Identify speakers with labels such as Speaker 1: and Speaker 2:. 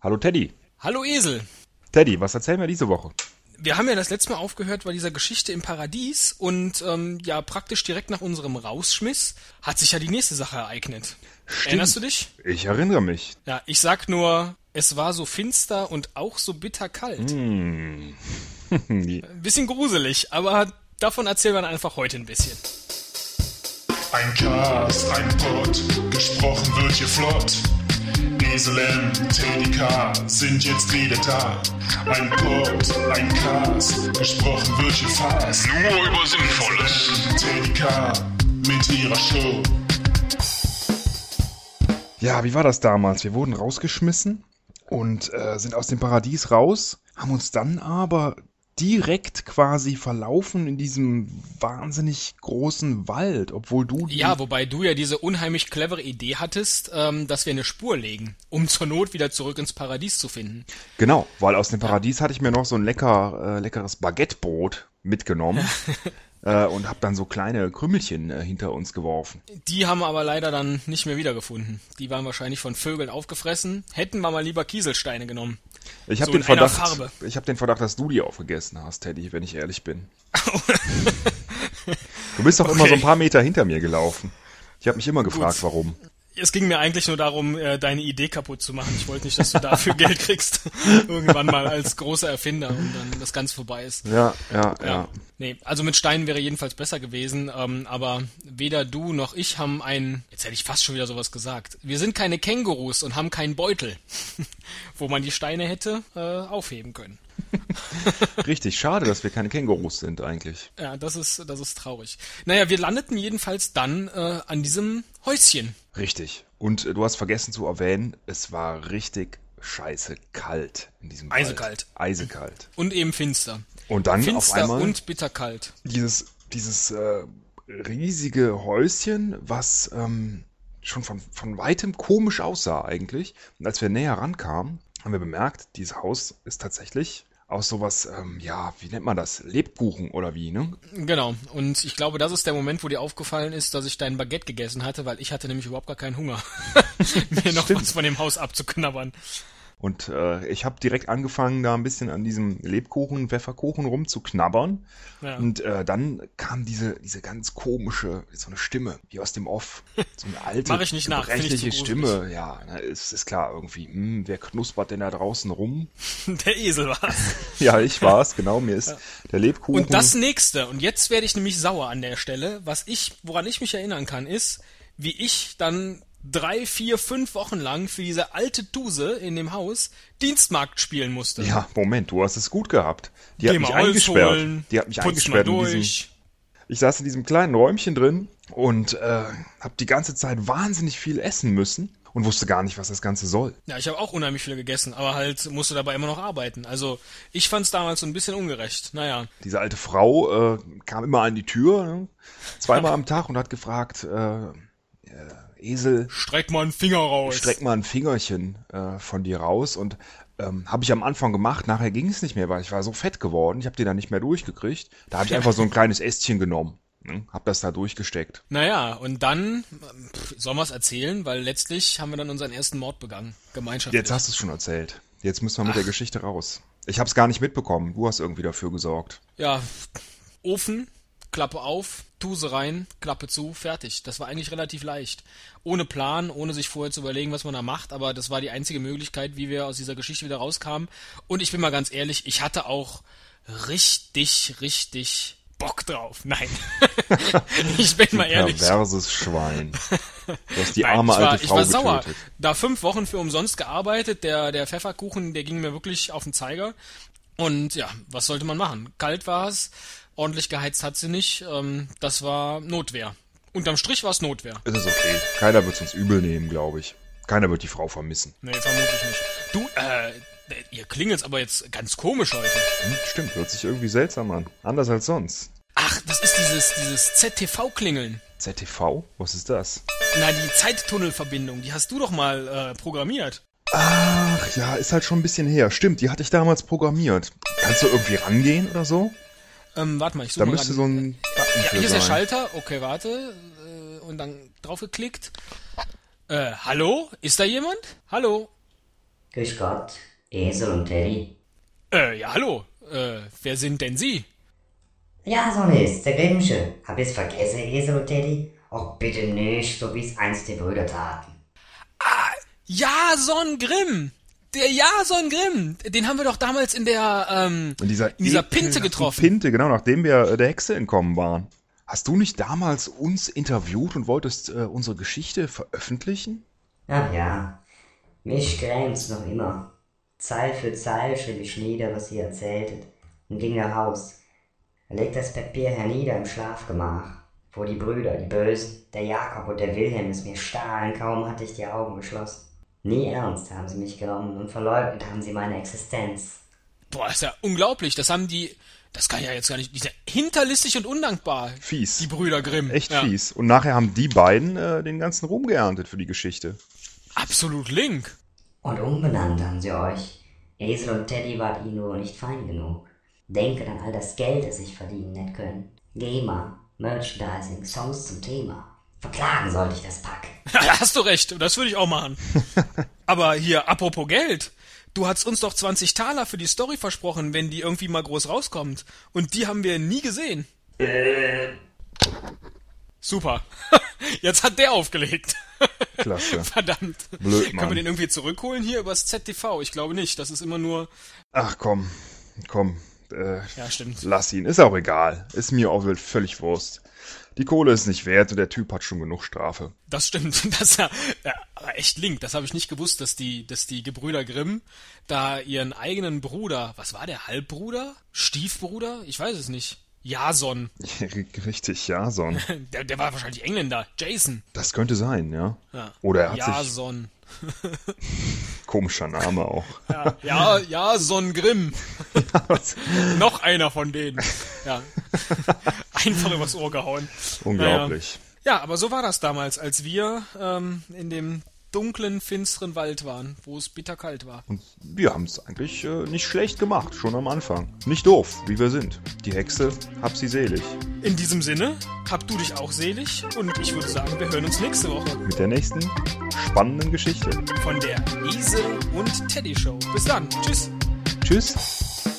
Speaker 1: Hallo Teddy.
Speaker 2: Hallo Esel.
Speaker 1: Teddy, was erzählen wir diese Woche?
Speaker 2: Wir haben ja das letzte Mal aufgehört bei dieser Geschichte im Paradies und ähm, ja praktisch direkt nach unserem Rausschmiss hat sich ja die nächste Sache ereignet.
Speaker 1: Stimmt.
Speaker 2: Erinnerst du dich?
Speaker 1: Ich erinnere mich.
Speaker 2: Ja, ich sag nur, es war so finster und auch so bitterkalt.
Speaker 1: Hm.
Speaker 2: Ein bisschen gruselig, aber davon erzählen wir dann einfach heute ein bisschen.
Speaker 3: Ein Cast, ein Pod, gesprochen wird hier flott. Esel M, Teddy K sind jetzt wieder da. Ein Pod, ein Cast, gesprochen wird hier fast.
Speaker 4: Nur über Sinnvolles.
Speaker 3: Teddy K mit ihrer Show.
Speaker 1: Ja, wie war das damals? Wir wurden rausgeschmissen und äh, sind aus dem Paradies raus, haben uns dann aber direkt quasi verlaufen in diesem wahnsinnig großen Wald, obwohl du die-
Speaker 2: Ja, wobei du ja diese unheimlich clevere Idee hattest, ähm, dass wir eine Spur legen, um zur Not wieder zurück ins Paradies zu finden.
Speaker 1: genau, weil aus dem Paradies hatte ich mir noch so ein lecker äh, leckeres Baguettebrot mitgenommen äh, und habe dann so kleine Krümelchen äh, hinter uns geworfen.
Speaker 2: Die haben wir aber leider dann nicht mehr wiedergefunden. Die waren wahrscheinlich von Vögeln aufgefressen. Hätten wir mal lieber Kieselsteine genommen.
Speaker 1: Ich habe
Speaker 2: So
Speaker 1: den
Speaker 2: in einer
Speaker 1: Verdacht,
Speaker 2: Farbe.
Speaker 1: ich habe den Verdacht, dass du die aufgegessen hast, Teddy, wenn ich ehrlich bin. du bist doch immer
Speaker 2: Okay.
Speaker 1: so ein paar Meter hinter mir gelaufen. Ich habe mich immer gefragt, warum.
Speaker 2: Es ging mir eigentlich nur darum, äh, deine Idee kaputt zu machen. Ich wollte nicht, dass du dafür Geld kriegst. Irgendwann mal als großer Erfinder und dann das Ganze vorbei ist.
Speaker 1: Ja, ja, ja.
Speaker 2: Nee, also mit Steinen wäre jedenfalls besser gewesen, ähm, aber weder du noch ich haben einen. Jetzt hätte ich fast schon wieder sowas gesagt. Wir sind keine Kängurus und haben keinen Beutel, wo man die Steine hätte äh, aufheben können.
Speaker 1: Richtig, schade, dass wir keine Kängurus sind eigentlich.
Speaker 2: Ja, das ist, das ist traurig. Naja, wir landeten jedenfalls dann äh, an diesem Häuschen.
Speaker 1: Richtig. Und äh, du hast vergessen zu erwähnen, es war richtig scheiße kalt in diesem Wald.
Speaker 2: Eisekalt.
Speaker 1: Eisekalt.
Speaker 2: Und eben finster.
Speaker 1: Und dann auf
Speaker 2: Finster
Speaker 1: einmal
Speaker 2: und bitterkalt.
Speaker 1: dieses, dieses äh, riesige Häuschen, was ähm, schon von, von weitem komisch aussah eigentlich. Und als wir näher rankamen, haben wir bemerkt, dieses Haus ist tatsächlich aus sowas, ähm, ja, wie nennt man das? Lebkuchen oder wie, ne?
Speaker 2: Genau. Und ich glaube, das ist der Moment, wo dir aufgefallen ist, dass ich dein Baguette gegessen hatte, weil ich hatte nämlich überhaupt gar keinen Hunger, mir noch was von dem Haus abzuknabbern.
Speaker 1: Und äh, ich habe direkt angefangen, da ein bisschen an diesem Lebkuchen, Pfefferkuchen rumzuknabbern.
Speaker 2: Ja.
Speaker 1: Und äh, dann kam diese, diese ganz komische, so eine Stimme, wie aus dem Off. So eine alte,
Speaker 2: Mach ich nicht nach, find ich zu
Speaker 1: gebrechliche
Speaker 2: gruselig.
Speaker 1: Stimme. Ja, na, ist, ist klar irgendwie. Hm, wer knuspert denn da draußen rum?
Speaker 2: Der Esel war's.
Speaker 1: Ja, ich war's, genau. Mir ist der Lebkuchen.
Speaker 2: Und das nächste, und jetzt werde ich nämlich sauer an der Stelle, was ich, woran ich mich erinnern kann, ist, wie ich dann drei, vier, fünf Wochen lang für diese alte Duse in dem Haus Dienstmarkt spielen musste.
Speaker 1: ja, Moment, du hast es gut gehabt. Die
Speaker 2: Geh
Speaker 1: hat mich
Speaker 2: mal Holz
Speaker 1: eingesperrt.
Speaker 2: holen,
Speaker 1: Die hat mich
Speaker 2: putz mal
Speaker 1: eingesperrt in diesem,
Speaker 2: durch.
Speaker 1: ich saß in diesem kleinen Räumchen drin und äh, habe die ganze Zeit wahnsinnig viel essen müssen und wusste gar nicht, was das Ganze soll.
Speaker 2: Ja, ich habe auch unheimlich viel gegessen, aber halt musste dabei immer noch arbeiten. Also ich fand's damals so ein bisschen ungerecht. Naja,
Speaker 1: Diese alte Frau äh, kam immer an die Tür, ne? zweimal am Tag und hat gefragt, äh, äh, Esel,
Speaker 2: streck mal einen Finger raus.
Speaker 1: streck mal ein Fingerchen äh, von dir raus. Und ähm, habe ich am Anfang gemacht, nachher ging es nicht mehr, weil ich war so fett geworden, ich habe den da nicht mehr durchgekriegt. Da habe ich einfach so ein kleines Ästchen genommen, ne? habe das da durchgesteckt.
Speaker 2: Naja, und dann ähm, pff, sollen wir's erzählen, weil letztlich haben wir dann unseren ersten Mord begangen. Gemeinschaftlich.
Speaker 1: Jetzt hast du es schon erzählt. Jetzt müssen wir mit der Geschichte raus. Ich habe es gar nicht mitbekommen. Du hast irgendwie dafür gesorgt.
Speaker 2: Ja, Ofen, Klappe auf, Tuse rein, Klappe zu, fertig. Das war eigentlich relativ leicht. Ohne Plan, ohne sich vorher zu überlegen, was man da macht, aber das war die einzige Möglichkeit, wie wir aus dieser Geschichte wieder rauskamen. Und ich bin mal ganz ehrlich, ich hatte auch richtig, richtig Bock drauf. Nein. ich bin mal ehrlich.
Speaker 1: Perverses Schwein. Du hast die
Speaker 2: Nein,
Speaker 1: arme
Speaker 2: ich war,
Speaker 1: alte
Speaker 2: ich
Speaker 1: Frau
Speaker 2: war sauer.
Speaker 1: getötet.
Speaker 2: Da fünf Wochen für umsonst gearbeitet, der, der Pfefferkuchen, der ging mir wirklich auf den Zeiger. Und ja, was sollte man machen? Kalt war es, ordentlich geheizt hat sie nicht. Ähm, das war Notwehr. Unterm Strich war es Notwehr.
Speaker 1: Es ist okay. Keiner wird uns übel nehmen, glaube ich. Keiner wird die Frau vermissen.
Speaker 2: Nee, vermutlich nicht. Du, äh, ihr klingelt's aber jetzt ganz komisch heute.
Speaker 1: Hm, stimmt, hört sich irgendwie seltsam an. Anders als sonst.
Speaker 2: Ach, das ist dieses, dieses ZTV-Klingeln.
Speaker 1: ZTV? Was ist das?
Speaker 2: Na, die Zeittunnelverbindung, die hast du doch mal äh, programmiert.
Speaker 1: Ach ja, ist halt schon ein bisschen her. Stimmt, die hatte ich damals programmiert. Kannst du irgendwie rangehen oder so?
Speaker 2: Ähm, warte mal, ich suche
Speaker 1: Da
Speaker 2: mal
Speaker 1: müsste
Speaker 2: grad-
Speaker 1: so ein Button
Speaker 2: Ja,
Speaker 1: für
Speaker 2: hier ist der
Speaker 1: sein.
Speaker 2: Schalter. Okay, warte. Äh, Und dann draufgeklickt. Äh, hallo? Ist da jemand? Hallo?
Speaker 4: Grüß Gott, Esel und Teddy.
Speaker 2: Äh, ja, hallo. Äh, wer sind denn Sie?
Speaker 4: Ja, so ist der Grimmsche. Hab ich's vergessen, Esel und Teddy? Och, bitte nicht, so wie's einst die Brüder taten.
Speaker 2: Ah, Jason Grimm. Der Jason Grimm. Den haben wir doch damals in der, ähm,
Speaker 1: In dieser,
Speaker 2: in dieser
Speaker 1: ekelhaften
Speaker 2: Pinte getroffen.
Speaker 1: Pinte, genau, nachdem wir äh, der Hexe entkommen waren. Hast du nicht damals uns interviewt und wolltest äh, unsere Geschichte veröffentlichen?
Speaker 4: Ach ja, mich grämt's noch immer. Zeil für Zeil schrieb ich nieder, was ihr erzähltet, und ging nach Haus. Er legt das Papier hernieder im Schlafgemach, wo die Brüder, die Bösen, der Jakob und der Wilhelm es mir stahlen, kaum hatte ich die Augen geschlossen. Nie ernst haben sie mich genommen und verleugnet haben sie meine Existenz.
Speaker 2: Boah, ist ja unglaublich. Das haben die. Das kann ich ja jetzt gar nicht. Die sind ja hinterlistig und undankbar.
Speaker 1: Fies.
Speaker 2: Die Brüder Grimm.
Speaker 1: Echt
Speaker 2: ja.
Speaker 1: fies. Und nachher haben die beiden äh, den ganzen Ruhm geerntet für die Geschichte.
Speaker 2: Absolut link.
Speaker 4: Und umbenannt haben sie euch. Esel und Teddy wart ihr nur nicht fein genug. Denket an all das Geld, das ich verdienen hätte können. GEMA, Merchandising, Songs zum Thema. Verklagen sollte ich das Pack.
Speaker 2: da hast du recht. Das würde ich auch machen. Aber hier, apropos Geld. Du hast uns doch 20 Taler für die Story versprochen, wenn die irgendwie mal groß rauskommt. Und die haben wir nie gesehen. Super. Jetzt hat der aufgelegt.
Speaker 1: Klasse.
Speaker 2: Verdammt.
Speaker 1: Blöd,
Speaker 2: Können wir
Speaker 1: Mann.
Speaker 2: den irgendwie zurückholen hier übers ZTV? Ich glaube nicht. Das ist immer nur.
Speaker 1: Ach komm, komm. Äh,
Speaker 2: Ja, stimmt.
Speaker 1: lass ihn. Ist auch egal. Ist mir auch wild- völlig Wurst. Die Kohle ist nicht wert und der Typ hat schon genug Strafe.
Speaker 2: Das stimmt. Das ist ja, ja aber echt Link. Das habe ich nicht gewusst, dass die, dass die Gebrüder Grimm da ihren eigenen Bruder, was war der Halbbruder? Stiefbruder? Ich weiß es nicht. Jason.
Speaker 1: Richtig, Jason.
Speaker 2: Der, der war wahrscheinlich Engländer. Jason.
Speaker 1: Das könnte sein, ja.
Speaker 2: Ja.
Speaker 1: Oder er hat sich
Speaker 2: Jason.
Speaker 1: komischer Name auch.
Speaker 2: Ja, ja, Jason Grimm.
Speaker 1: Was?
Speaker 2: Noch einer von denen. Ja. Einfach übers Ohr gehauen.
Speaker 1: Unglaublich.
Speaker 2: Ja, aber so war das damals, als wir ähm, in dem dunklen, finsteren Wald waren, wo es bitterkalt war.
Speaker 1: Und wir haben es eigentlich äh, nicht schlecht gemacht, schon am Anfang. Nicht doof, wie wir sind. Die Hexe, hab sie selig.
Speaker 2: In diesem Sinne, hab du dich auch selig und ich würde sagen, wir hören uns nächste Woche
Speaker 1: Mit der nächsten spannenden Geschichte.
Speaker 2: von der Esel und Teddy Show. Bis dann, tschüss.
Speaker 1: Tschüss.